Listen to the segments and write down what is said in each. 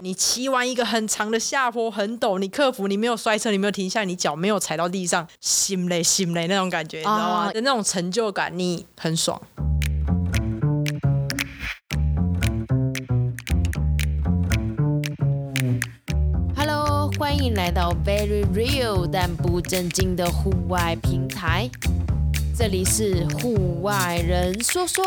你骑完一个很长的下坡，很陡，你克服，你没有摔车，你没有停下，你脚没有踩到地上，心累心累那种感觉，你知道吗？哦的那种成就感，你很爽。 Hello，欢迎来到 Very Real 但不正经的户外平台，这里是户外人说说。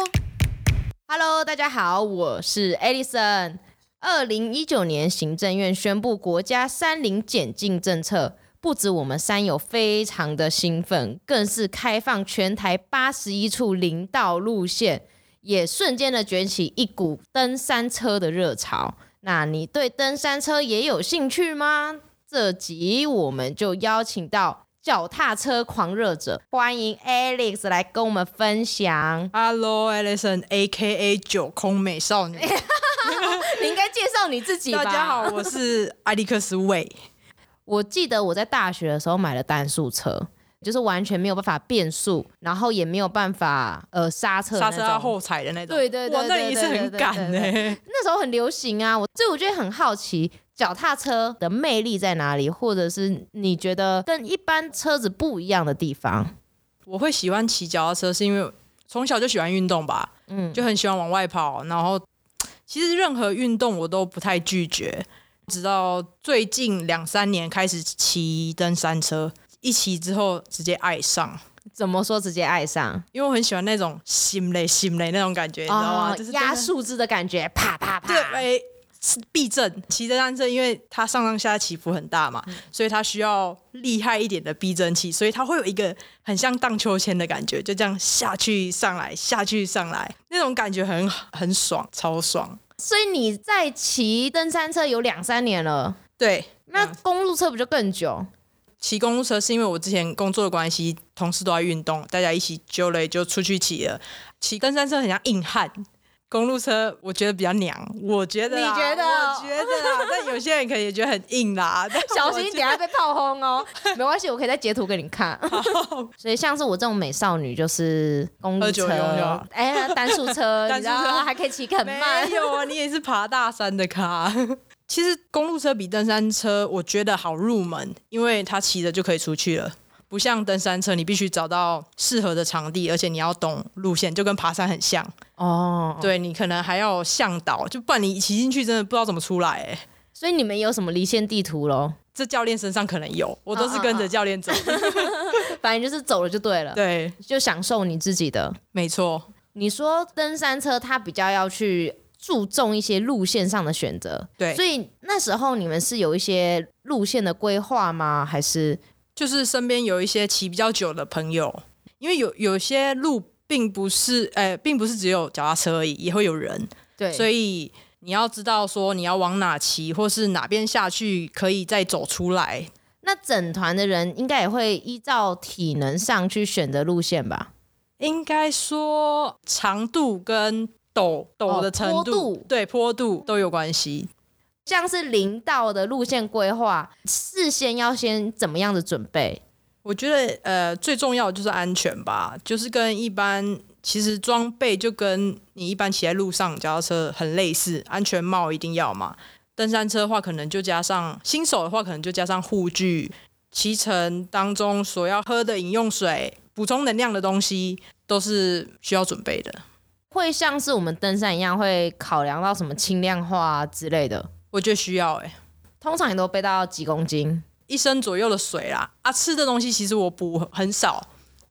Hello，大家好，我是 Alison。二零一九年，行政院宣布国家山林减禁政策，不止我们山友非常的兴奋，更是开放全台八十一处林道路线，也瞬间的卷起一股登山车的热潮。那你对登山车也有兴趣吗？这集我们就邀请到脚踏车狂热者，欢迎 Alex 来跟我们 分享。哦 Hello，Alison，A.K.A 九空美少女。你应该介绍你自己吧。大家好，，我是艾利克斯魏。我记得我在大学的时候买了单速车，就是完全没有办法变速，然后也没有办法呃刹车的那刹种，车要后踩的那种。对对对哇，那你对是对很对敢对呢、对那时候很流行啊，我所以我觉得很好奇，脚踏车的魅力在哪里，或者是你觉得跟一般车子不一样的地方？我会喜欢骑脚踏车，是因为从小就喜欢运动吧，嗯，就很喜欢往外跑。然后，其实任何运动我都不太拒绝，直到最近两三年开始骑登山车，一骑之后直接爱上。怎么说直接爱上？因为我很喜欢那种心累心累那种感哎觉，你你知道吗？就是真的哦压树枝的感觉，啪啪啪。对，哎、是避震。骑着单车，因为它上上下下起伏很大嘛，嗯所以它需要厉害一点的避震器，所以它会有一个很像荡秋千的感觉，就这样下去上来，下去上来，那种感觉很很爽，超爽。所以你在骑登山车有两三年了，对，那公路车不就更久？骑公路车是因为我之前工作的关系，同事都在运动，大家一起揪了就出去骑了。骑登山车很像硬汉，公路车我觉得比较娘，我觉得啦你觉得哦我觉得啦，但有些人可能也觉得很硬啦。但我 小心觉等下被炮轰哦。 没关系，我可以再截图给你 看。所以像是我这种美少女，就是公路喝酒车用就好，哎、单速 车，你单知速道车还可以骑很慢没。有啊，你也是爬大山的咖。 其实公路车比登山车，我觉得好入门，因为它骑着就可以出去了。不像登山车，你必须找到适合的场地，而且你要懂路线，就跟爬山很像。哦，对你可能还要有向导，就不然你骑进去真的不知道怎么出来、欸。所以你们有什么离线地图喽？这教练身上可能有，我都是跟着教练 走。反正就是走了就对了，对，就享受你自己的。没错。你说登山车它比较要去注重一些路线上的选择，对所以那时候你们是有一些路线的规划吗？还是就是身边有一些骑比较久的朋友，因为有有些路并不是，呃、并不是只有脚踏车而已，也会有人，对所以你要知道说你要往哪骑，或是哪边下去可以再走出来。那整团的人应该也会依照体能上去选择路线吧？应该说长度跟陡陡哦的程坡度，度对坡度都有关系。像是林道的路线规划，事先要先怎么样的准备？我觉得呃，最重要的就是安全吧，就是跟一般其实装备就跟你一般骑在路上脚踏车很类似，安全帽一定要嘛。登山车的话，可能就加上新手的话，可能就加上护具。骑乘当中所要喝的饮用水、补充能量的东西，都是需要准备的。会像是我们登山一样，会考量到什么轻量化啊之类的？我觉得需要哎、通常你都背到几公斤？一升左右的水啦。啊，吃的东西其实我补很少，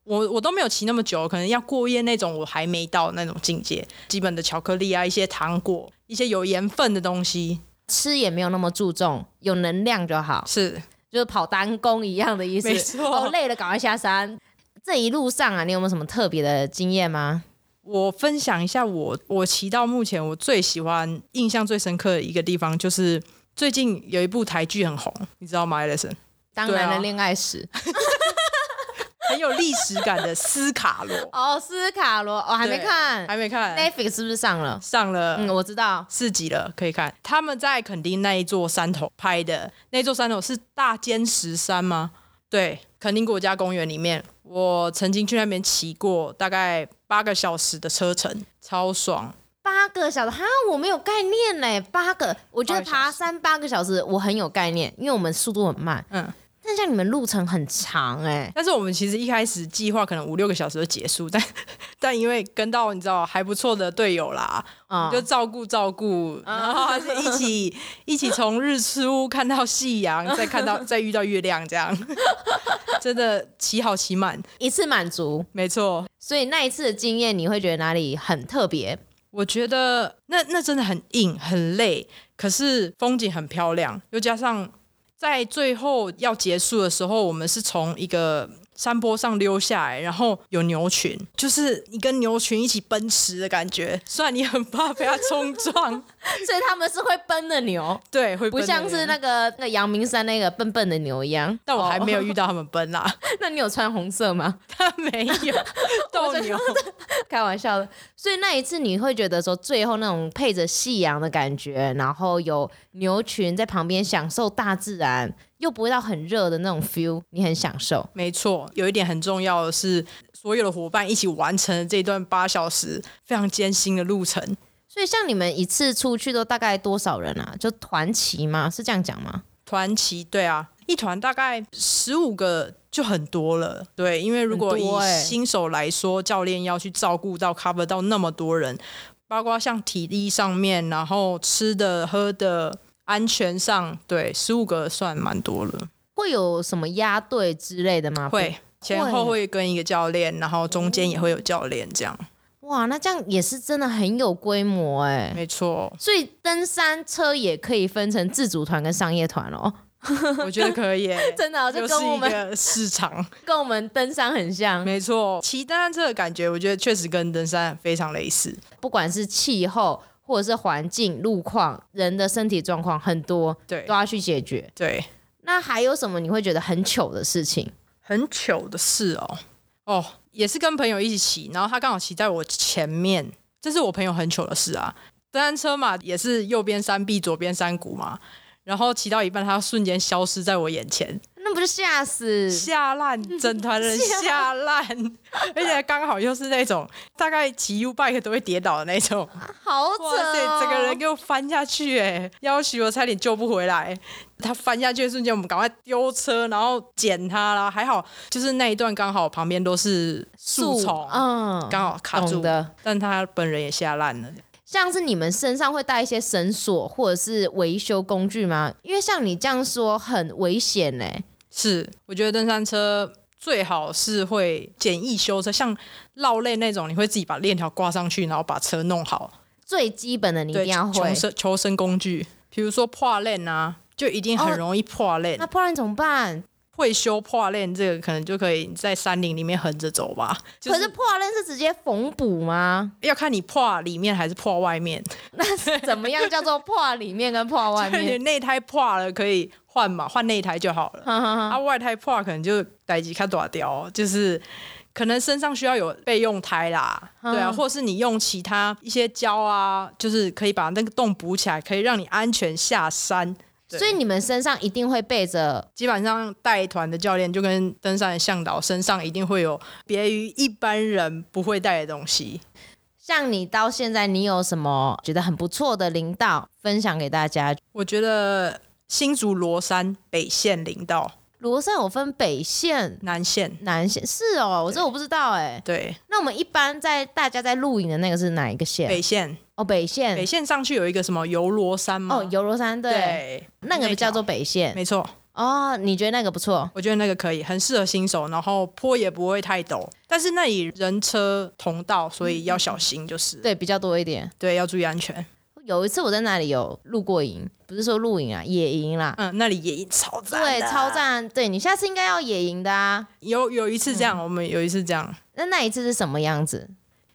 我我都没有骑那么久，可能要过夜那种，我还没到那种境界。基本的巧克力啊，一些糖果，一些有盐分的东西，吃也没有那么注重，有能量就好，是就是跑单工一样的意思。没错哦，累了赶快下山。这一路上啊，你有没有什么特别的经验吗？我分享一下我我骑到目前我最喜欢、印象最深刻的一个地方，就是最近有一部台剧很红，你知道吗，Alison？当对啊然的恋爱史、，很有历史感的《斯卡罗》哦，斯卡罗哦，还没对看还没看， ，Netflix 是不是上了？上了。嗯，我知道，四集了，可以看。他们在垦丁那一座山头拍的，那座山头是大尖石山吗？对，垦丁国家公园里面，我曾经去那边骑过大概八个小时的车程，超爽。八个小时哈，我没有概念嘞。八个，我觉得八个小时爬山八个小时我很有概念，因为我们速度很慢。嗯，但像你们路程很长哎、但是我们其实一开始计划可能五六个小时就结束，但 但因为跟到你知道还不错的队友啦，啊、就照顾照顾，然后还是一起一起从日出看到夕阳，再看到再遇到月亮，这样 真的骑好骑满，一次满足。没错。所以那一次的经验，你会觉得哪里很特别？我觉得那那真的很硬很累，可是风景很漂亮，又加上在最后要结束的时候，我们是从一个山坡上溜下来，然后有牛群，就是你跟牛群一起奔驰的感觉，虽然你很怕被它冲撞， 所以他们是会奔的牛，对，会奔不的像是人那个那个阳明山那个笨笨的牛一样。但我还没有哦遇到他们奔啦， 那你有穿红色吗？他没有斗牛， 开玩笑的。所以那一次你会觉得说，最后那种配着夕阳的感觉，然后有牛群在旁边享受大自然，又不会到很热的那种 feel，你很享受。没错，有一点很重要的是，所有的伙伴一起完成了这段八小时非常艰辛的路程。所以像你们一次出去都大概多少人啊？就团骑吗？是这样讲吗？团骑，对啊，一团大概十五个就很多了。对，因为如果很以多欸新手来说，教练要去照顾到 cover 到那么多人，包括像体力上面，然后吃的喝的。安全上，对十五个算蛮多了，会有什么压队之类的吗？会前后会跟一个教练，然后中间也会有教练，这样哇，那这样也是真的很有规模哎、，没错 所以登山车也可以分成自主团跟商业团哦，我觉得可以欸、真的、哦，就又是跟我一们个市场， 跟我们登山很像。没错，骑单单车的感觉，我觉得确实跟登山非常类似。不管是气候或者是环境、路况、人的身体状况，很多对都要去解决。对，那还有什么你会觉得很糗的事情？很糗的事哦，哦，也是跟朋友一起骑，然后他刚好骑在我前面，这是我朋友很糗的事啊。登山车嘛，也是右边山壁，左边山谷嘛，然后骑到一半，他瞬间消失在我眼前，那不就吓死？吓烂，整团人 吓烂， 而且刚好又是那种大概骑 U bike 都会跌倒的那种，好扯、哇塞，哦！整个人给我翻下去哎，要许我差点救不回来。他翻下去的瞬间，我们赶快丢车，然后捡他啦。还好，就是那一段刚好旁边都是树丛，嗯，刚好卡住懂的。但他本人也吓烂了。像是你们身上会带一些绳索或者是维修工具吗？因为像你这样说很危险欸呢、是，我觉得登山车最好是会简易修车，像绕类那种，你会自己把链条挂上去，然后把车弄好。最基本的你一定对，要会求。生求生工具，比如说破链啊，就一定哦很容易破链。那不然怎么办？会修破链这个，可能就可以在山林里面横着走吧。就可是是破链是直接缝 补吗？要看你破里面还是破外面。那是怎么样叫做破里面跟破外 你面？嗯内胎破了可以换嘛，换内胎就好了。哈哈哈啊，外胎破可能就待机看多掉，就是可能身上需要有备用胎啦，对啊，嗯或是你用其他一些胶啊，就是可以把那个洞补起来，可以让你安全下山。对 所以你们身上一定会备着基本上带团的教练就跟登山的向导身上一定会有别于一般人不会带的东西。像你到现在，你有什么觉得很不错的领导分享给大家？我觉得新竹罗山北线林道罗山有分北线、南线，南线，是哦，我这我不知道哎。对那我们一般在大家在露营的那个是哪一个线？北线，哦，北线。北线上去有一个什么游罗山吗？哦，游罗山对，对，那个叫做北那条线。没错，哦，你觉得那个不错？我觉得那个可以，很适合新手，然后坡也不会太陡，但是那里人车同道，所以要小心，就是嗯对，比较多一点。对要注意安全。有一次我在那里有露过营，不是说露营啊，野营啦。嗯，那里野营超赞，啊对，超。赞。对你下次应该要野营的啊。有有一次这样，我们有一次这样，那那一次是什么样子？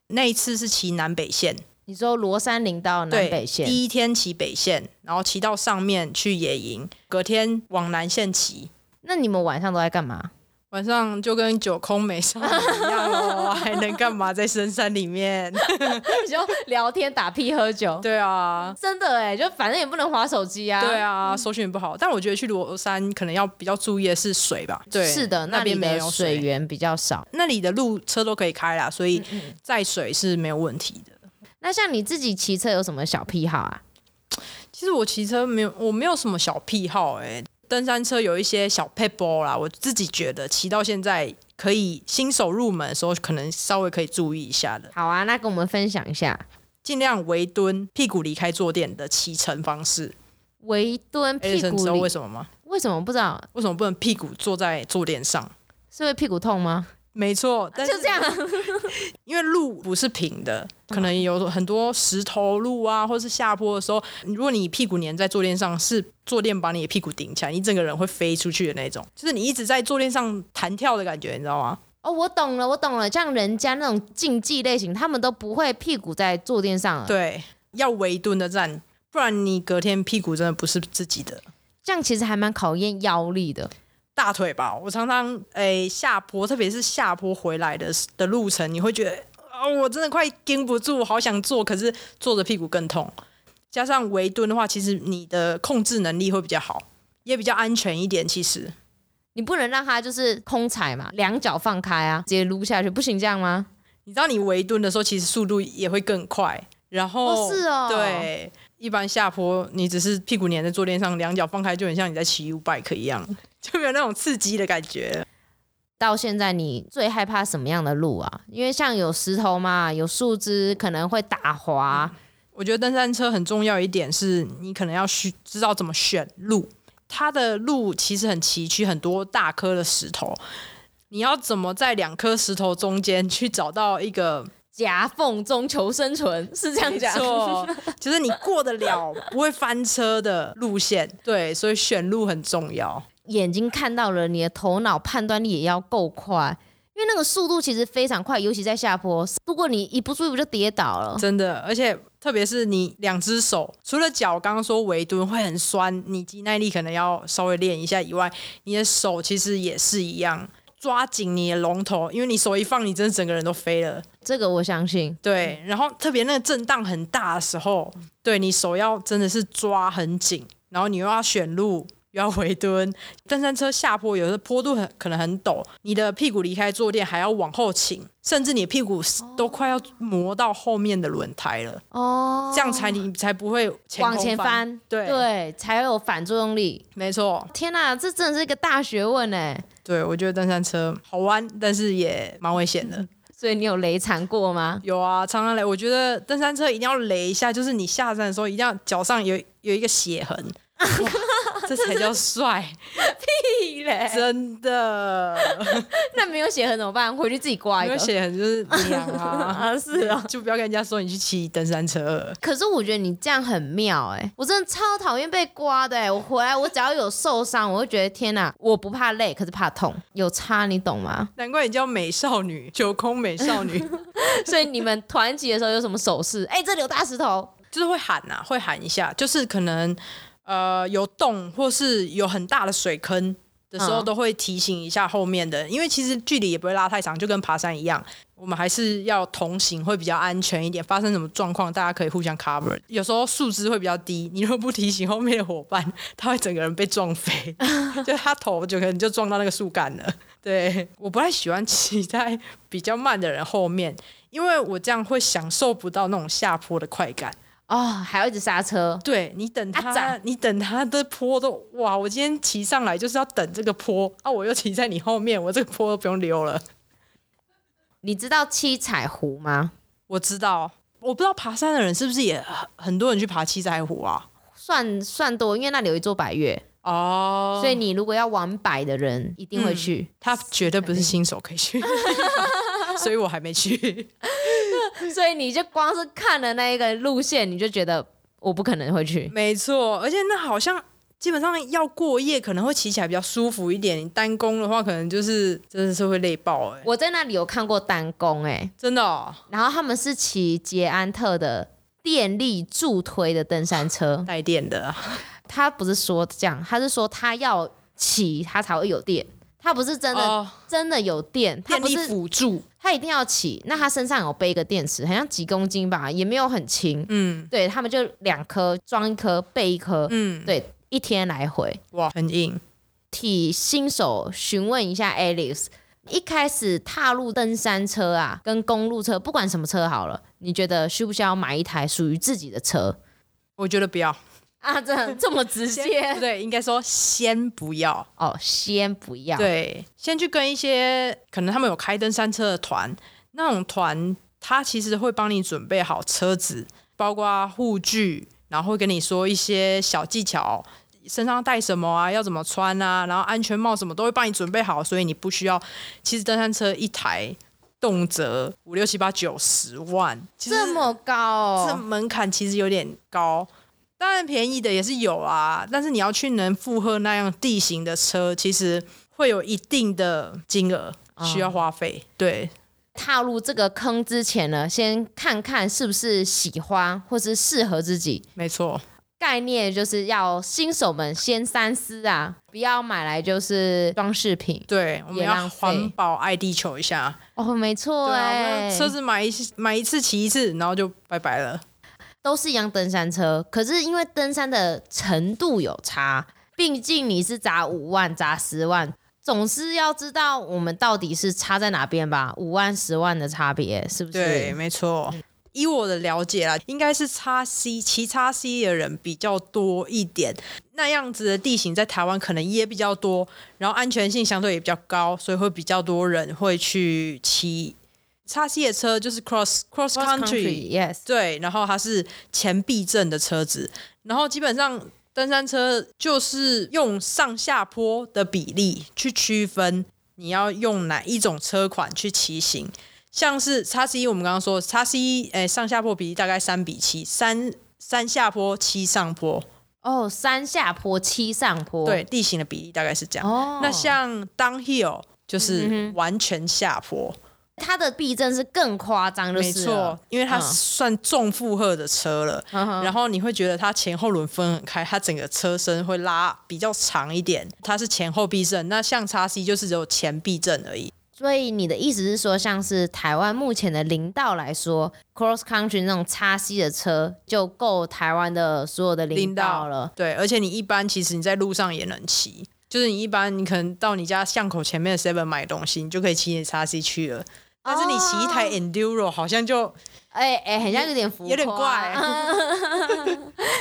那一次是骑南北线，你说罗山林到南对，北线，第一天骑北线，然后骑到上面去野营，隔天往南线骑，那你们晚上都在干 嘛？晚上就跟九空美少女一样哦，还能干嘛在深山里 面？就聊天、打屁、喝酒。对啊， 真的哎，就反正也不能划手机啊。对啊，搜寻不好。但我觉得去罗山可能要比较注意的是水吧。对，是的，那那里边没的有水。嗯源比较少。那里的路车都可以开啦，所以在水是没有问题的。那像你自己骑车有什么小癖好啊？其实我骑车没有，我没有什么小癖好哎、登山车有一些小 p e b l 啦，我自己觉得骑到现在可以新手入门的时候，可能稍微可以注意一下的，好啊，那跟我们分享一下尽量围蹲，屁股离开坐垫的骑乘方式。围蹲艾屁森股知道里为什哎么吗？为什么不知道？为什么不能屁股坐在坐垫上？是会屁股 痛吗？没错，但是就这样，因为路不是平的，可能有很多石头路啊，或是下坡的时候，如果你屁股粘在坐垫上，是坐垫把你的屁股顶起来，你整个人会飞出去的那种，就是你一直在坐垫上弹跳的感觉，你知道吗？哦，我懂了，我懂了。像人家那种竞技类型，他们都不会屁股在坐垫上了。，对，要围蹲的站，不然你隔天屁股真的不是自己的。这样其实还蛮考验腰力的。大腿吧，我常常诶、下坡，特别是下坡回来的时的路程，你会觉得啊、我真的快盯不住，好想坐，可是坐着屁股更痛。加上围蹲的话，其实你的控制能力会比较好，也比较安全一点。其实你不能让它就是空踩嘛，两脚放开啊，直接撸下去，不行这样吗？你知道，你围蹲的时候，其实速度也会更快。然后、哦是哦对，一般下坡你只是屁股粘在坐垫上，两脚放开，就很像你在骑 U bike 一样，就没有那种刺激的感觉了。到现在你最害怕什么样的路啊？因为像有石头嘛，有树枝可能会打滑。我觉得登山车很重要一点是，你可能要需知道怎么选路。它的路其实很崎岖，很多大颗的石头，你要怎么在两颗石头中间去找到一个夹缝中求生存是这样没讲，错，就是你过得了不会翻车的路线？对，所以选路很重要。眼睛看到了，你的头脑判断力也要够快，因为那个速度其实非常快，尤其在下坡，如果你一不注意就跌倒了。真的，而且特别是你两只手，除了脚刚刚说围蹲会很酸，你肌耐力可能要稍微练一下以外，你的手其实也是一样，抓紧你的龙头，因为你手一放，你真的整个人都飞了。这个我相信，对，然后特别那个震荡很大的时候，对你手要真的是抓很紧，然后你又要选路。又要围蹲，登山车下坡有的坡度很可能很陡，你的屁股离开坐垫还要往后倾，甚至你的屁股都快要磨到后面的轮胎了。哦，这样才你才不会前往空前翻，对对，才有反作用力。没错，天哪、这真的是一个大学问哎！对我觉得登山车好玩，但是也蛮危险的。所以你有雷残过吗？有啊，常常雷。我觉得登山车一定要雷一下，就是你下山的时候一定要脚上有有一个血 痕，哇这才叫帅，屁嘞真的。 那没有血痕怎么办？回去自己刮一因为个。血痕就是凉啊，啊， 是啊。就不要跟人家说你去骑登山车了。可是我觉得你这样很妙哎、我真的超讨厌被刮的哎、我回来我只要有受伤，我就觉得天哪，我不怕累，可是怕痛，有差你懂吗？难怪你叫美少女，九空美少女， 所以你们团体的时候有什么手势？哎、这里有大石头，就是会喊呐、会喊一下，就是可能呃有洞或是有很大的水坑的时候，嗯都会提醒一下后面的，因为其实距离也不会拉太长，就跟爬山一样，我们还是要同行会比较安全一点。发生什么状况，大家可以互相 cover。有时候树枝会比较低，你如果不提醒后面的伙伴，他会整个人被撞飞，就他头就可能就撞到那个树干了。对，我不太喜欢骑在比较慢的人后面，因为我这样会享受不到那种下坡的快感。哦，还要一直刹车，对你等啊他，咋你等他的坡都哇！我今天骑上来就是要等这个坡啊，我又骑在你后面，我这个坡都不用溜了。你知道七彩湖吗？我知道，我不知道爬山的人是不是也很多人去爬七彩湖啊？算算多，因为那里有一座百越，哦，嗯所以你如果要玩百的人一定 会去。他绝对不是新手可以 去，所以我还没去。所以你就光是看了那一个路线，你就觉得我不可能会去。没错，而且那好像基本上要过夜，可能会骑起来比较舒服一点。你单攻的话，可能就是真的是会累爆哎、我在那里有看过单工哎、真的、哦、然后他们是骑捷安特的电力助推的登山车，带电的啊，他不是说这样，他是说他要骑他才会有电，他不是真的、哦真的有电，他电不力是辅助，他一定要骑，那他身上有背一个电池，好像几公斤吧，也没有很轻，嗯对他们就两颗装一颗备一颗，嗯，对，一天来回。哇，很硬。替新手询问一下 Alice。一开始踏入登山车啊，跟公路车，不管什么车好了，你觉得需不需要买一台属于自己的车我觉得不要，啊？这 这么直不接对，应该说先不要，哦，先不要。对，先去跟一些可能他们有开登山车的团，那种团他其实会帮你准备好车子，包括护具，然后会跟你说一些小技巧，身上带什么啊，要怎么穿啊，然后安全帽什么都会帮你准备好，所以你不需要。其实登山车一台动辄五六七八九十万，其实这么高这哦，门槛其实有点高。当然便宜的也是有啊，但是你要去能负荷那样地形的车，其实会有一定的金额需要花费。对，踏入这个坑之前呢，先看看是不是喜欢或是适合自己。没错，概念就是要新手们先三思啊，不要买来就是装饰品。对，我们也要浪费环保爱地球一下。哦，没错对啊，我哎、们车子买一次买一次骑一次，然后就拜拜了。都是一样登山车，可是因为登山的程度有差，毕竟你是砸五万、砸十万，总是要知道我们到底是差在哪边吧？五万、十万的差别是不对，是？没错。嗯以我的了解啦，应该是叉 C 骑叉 C 的人比较多一点，那样子的地形在台湾可能也比较多，然后安全性相对也比较高，所以会比较多人会去骑叉 C 的车，就是 cross cross Cross country， yes，对，然后它是前避震的车子，然后基本上登山车就是用上下坡的比例去区分你要用哪一种车款去骑行。像是叉 C，我们刚刚说叉 C，哎，上下坡比例大概三比七，三三下坡七上坡，哦，三下坡、七上坡，对，地形的比例大概是这样。哦，那像 downhill 就是嗯哼完全下坡，它的避震是更夸张，就没是错了，，因为它嗯算重负荷的车了，嗯哼然后你会觉得它前后轮分很开，它整个车身会拉比较长一点，它是前后避震。那像叉 C 就是只有前避震而已，所以你的意思是说，像是台湾目前的林道来说，cross country 那种叉 C 的车就够台湾的所有的林道了。对，而且你一般其实你在路上也能骑，就是你一般你可能到你家巷口前面的 Seven 买东西，你就可以骑你的叉 C 去了。但是你骑一台 Enduro 好像就哎哎、很啊像有点浮夸，啊有点怪。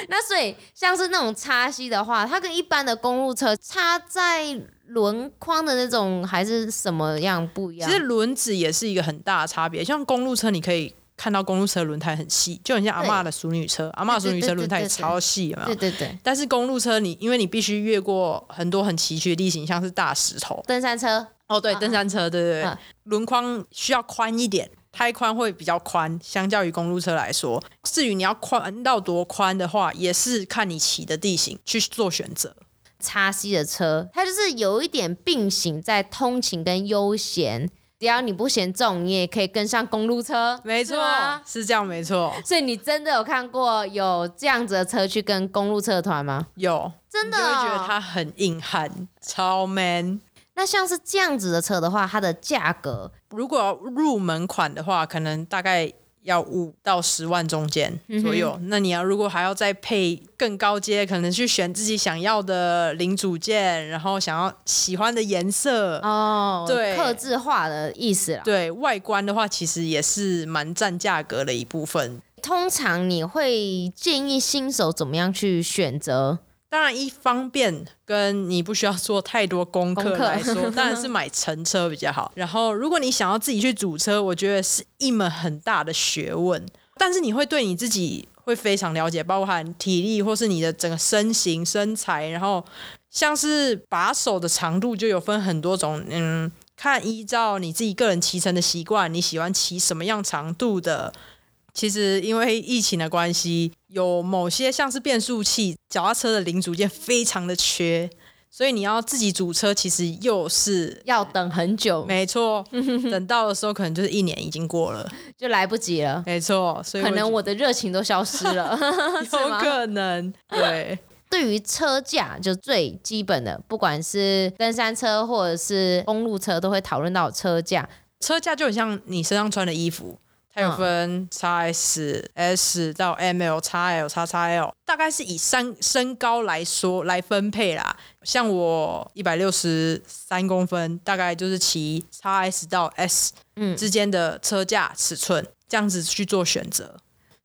那所以像是那种叉 C 的话，它跟一般的公路车插在轮框的那种还是什么样不一样？其实轮子也是一个很大的差别，像公路车，你可以看到公路车轮胎很细，就很像阿嬷的淑女车，阿嬷的淑女车轮胎也超细，有没对有？对对，但是公路车你，因为你必须越过很多很崎岖的地形，像是大石头。登山车哦，对，登山车，对对对啊，轮、框需要宽一点，胎宽会比较宽，相较于公路车来说。至于你要宽到多宽的话，也是看你骑的地形去做选择。叉 C 的车，它就是有一点并行在通勤跟悠闲。只要你不嫌重，你也可以跟上公路车，没是错吗，是这样，没错，所以你真的有看过有这样子的车去跟公路车团吗？有，真的、你哦，就会觉得它很硬汉，超 man。那像是这样子的车的话，它的价格，如果要入门款的话，可能大概要五到十万中间左右。那你要如果还要再配更高阶，可能去选自己想要的零组件，然后想要喜欢的颜色。哦，对克制化的意思啦。对外观的话，其实也是蛮占价格的一部分。通常你会建议新手怎么样去选择？当然，一方面跟你不需要做太多功功课课来说，当然是买乘车比较好。然后，如果你想要自己去组车，我觉得是一门很大的学问。但是你会对你自己会非常了解，包含体力或是你的整个身形、身材，然后像是把手的长度就有分很多种，嗯，看依照你自己个人骑乘的习惯，你喜欢骑什么样长度的，其实因为疫情的关系，有某些像是变速器、脚踏车的零组件非常的缺，所以你要自己组车，其实又是要等很久，没 错，等到的时候可能就是一年已经过了，就来不及了，没错，所以可我能我的热情都消失了。觉得有吗可能对。 对于车价，就最基本的，不管是登山车或者是公路车，都会讨论到车价。车架就很像你身上穿的衣服，它有分 x S、S 到 M L、x L、x x L，大概是以身身高来说来分配啦。像我一百六十三公分，大概就是骑 x S 到 S。嗯之间的车架尺寸，这样子去做选择。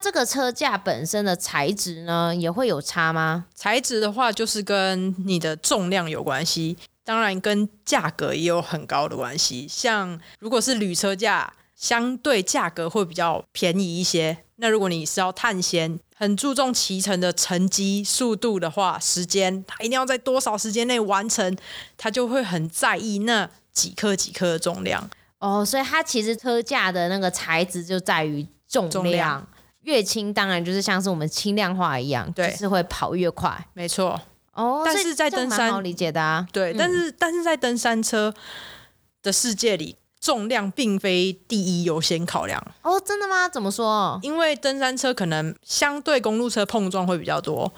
这个车架本身的材质呢，也会有差吗？材质的话，就是跟你的重量有关系，当然跟价格也有很高的关系。像如果是铝车架，相对价格会比较便宜一些。那如果你是要探险，很注重骑乘的成绩、速度的话，时间它一定要在多少时间内完成，它就会很在意那几克几克的重量。哦，所以它其实车架的那个材质就在于重量，重量越轻当然就是像是我们轻量化一样，对就是会跑越快。没错，哦，但所以是在这样登蛮山好理解的啊，对，但是但是在登山车的世界里，重量并非第一优先考量。哦，真的吗？怎么说？因为登山车可能相对公路车碰撞会比较多，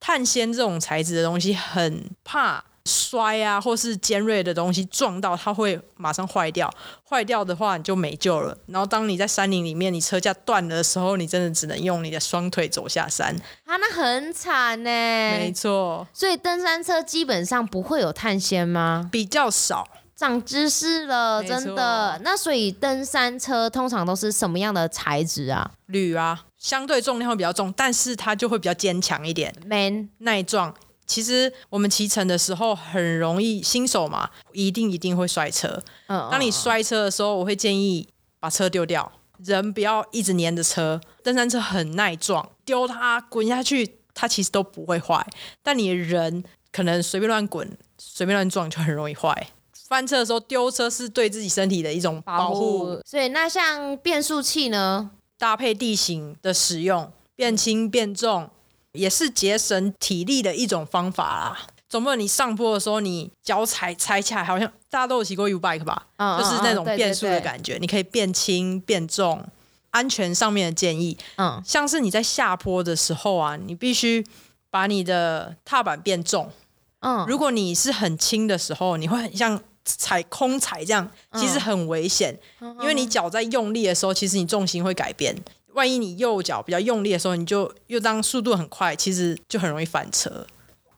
碳纤这种材质的东西很怕摔啊，或是尖锐的东西撞到，它会马上坏掉。坏掉的话你就没救了。然后当你在山林里面，你车架断了的时候，你真的只能用你的双腿走下山。啊，那很惨呢、没错，所以登山车基本上不会有碳纤吗？比较少。长知识了，没真的错。那所以登山车通常都是什么样的材质啊铝啊，相对重量会比较重，但是它就会比较坚强一点。 ？Man，耐撞。其实我们骑乘的时候很容易，新手嘛，一定一定会摔车。嗯，当你摔车的时候，我会建议把车丢掉，人不要一直黏着车。登山车很耐撞，丢它滚下去，它其实都不会坏，但你人可能随便乱滚、随便乱撞就很容易坏。翻车的时候丢车是对自己身体的一种保护，。所以那像变速器呢？搭配地形的使用，变轻变重，也是节省体力的一种方法啦。总不能你上坡的时候，你脚踩踩起来，好像大家都有骑过 U bike 吧，嗯就是那种变速的觉。感觉，你可以变轻变重。安全上面的建议，嗯，像是你在下坡的时候啊，你必须把你的踏板变重。嗯，如果你是很轻的时候，你会很像踩空踩这样，嗯其实很危险，因为你脚在用力的时候，其实你重心会改变。万一你右脚比较用力的时候，你就又当速度很快，其实就很容易翻车。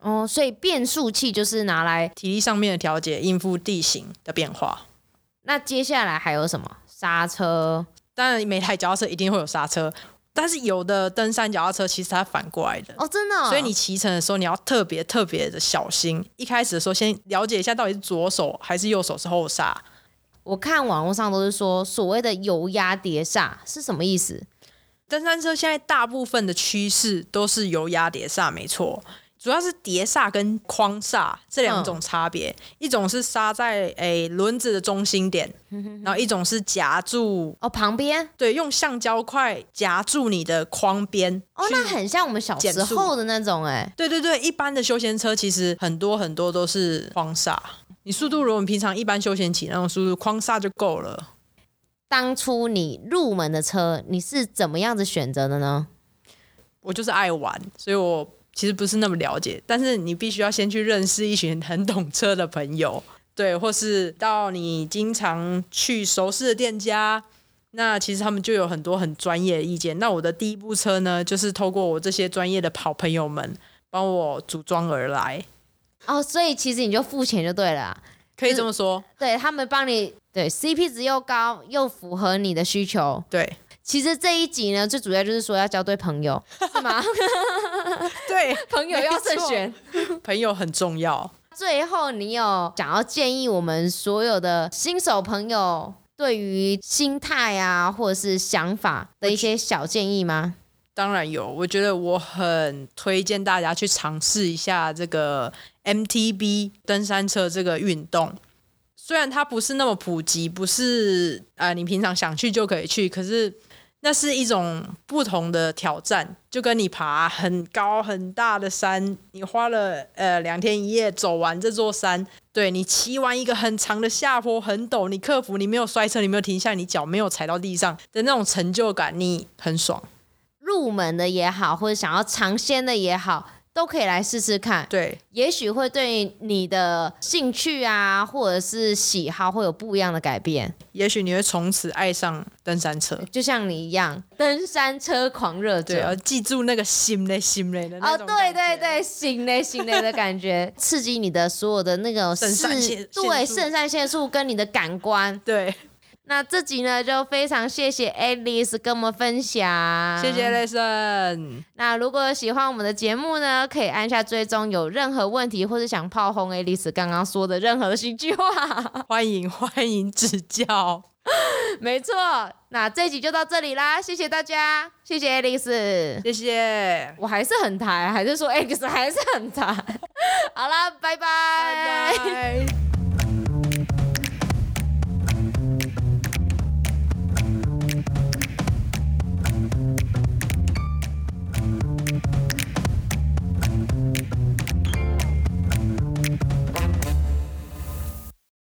哦，所以变速器就是拿来。体力上面的调节，应付地形的变化。那接下来还有什么？刹车。当然，每台脚踏车一定会有刹车，但是有的登山脚踏车其实它反过来的，哦，真的哦、所以你骑乘的时候你要特别特别的小心。一开始的时候，先了解一下到底是左手还是右手是后刹。我看网络上都是说所谓的油压碟刹是什么意思？登山车现在大部分的趋势都是油压碟刹，没错，主要是碟刹跟框刹这两种差别，嗯一种是刹在诶轮子的中心点，嗯然后一种是夹住，哦，旁边对，用橡胶块夹住你的框边。哦，那很像我们小时减速候的那种哎、对对对，一般的休闲车其实很多很多都是框刹。你速度如果你平常一般休闲骑那种速度，框刹就够了。当初你入门的车，你是怎么样子选择的呢？我就是爱玩，所以我其实不是那么了解。但是你必须要先去认识一群很懂车的朋友，对，或是到你经常去熟识的店家，那其实他们就有很多很专业的意见。那我的第一部车呢，就是透过我这些专业的好朋友们帮我组装而来，哦，所以其实你就付钱就对了啊，可以这么说，对他们帮你对 CP 值又高，又符合你的需求。对其实这一集呢，最主要就是说要交对朋友，是吗？对，朋友要慎选。朋友很重要。最后，你有想要建议我们所有的新手朋友对于心态啊，或者是想法的一些小建议吗？当然有，我觉得我很推荐大家去尝试一下这个 MTB 登山车这个运动。虽然它不是那么普及，不是啊、呃你平常想去就可以去，可是那是一种不同的挑战，就跟你爬很高很大的山，你花了呃两天一夜走完这座山，对你骑完一个很长的下坡，很陡，你克服，你没有摔车，你没有停下，你脚没有踩到地上的那种成就感，你很爽。入门的也好，或者想要尝鲜的也好，都可以来试试看。对，也许会对你的兴趣啊，或者是喜好会有不一样的改变，也许你会从此爱上登山车。就像你一样，登山车狂热对，要者。记住那个心嘞心嘞的那哦，种、对对，对，行嘞行嘞的感觉，刺激你的所有的那个肾上视腺腺对素肾上腺素跟你的感官。对，那这集呢，就非常谢谢 Alice 跟我们分享，谢谢 Lesson，那如果喜欢我们的节目呢，可以按下追踪。有任何问题或是想炮轰 A 丽丝刚刚说的任何新句话，欢迎欢迎指教， 没错。那这一集就到这里啦，谢谢大家，谢谢 A 丽丝。谢谢，我还是很 台，还是说 X 还是很台。好啦，拜拜拜。拜。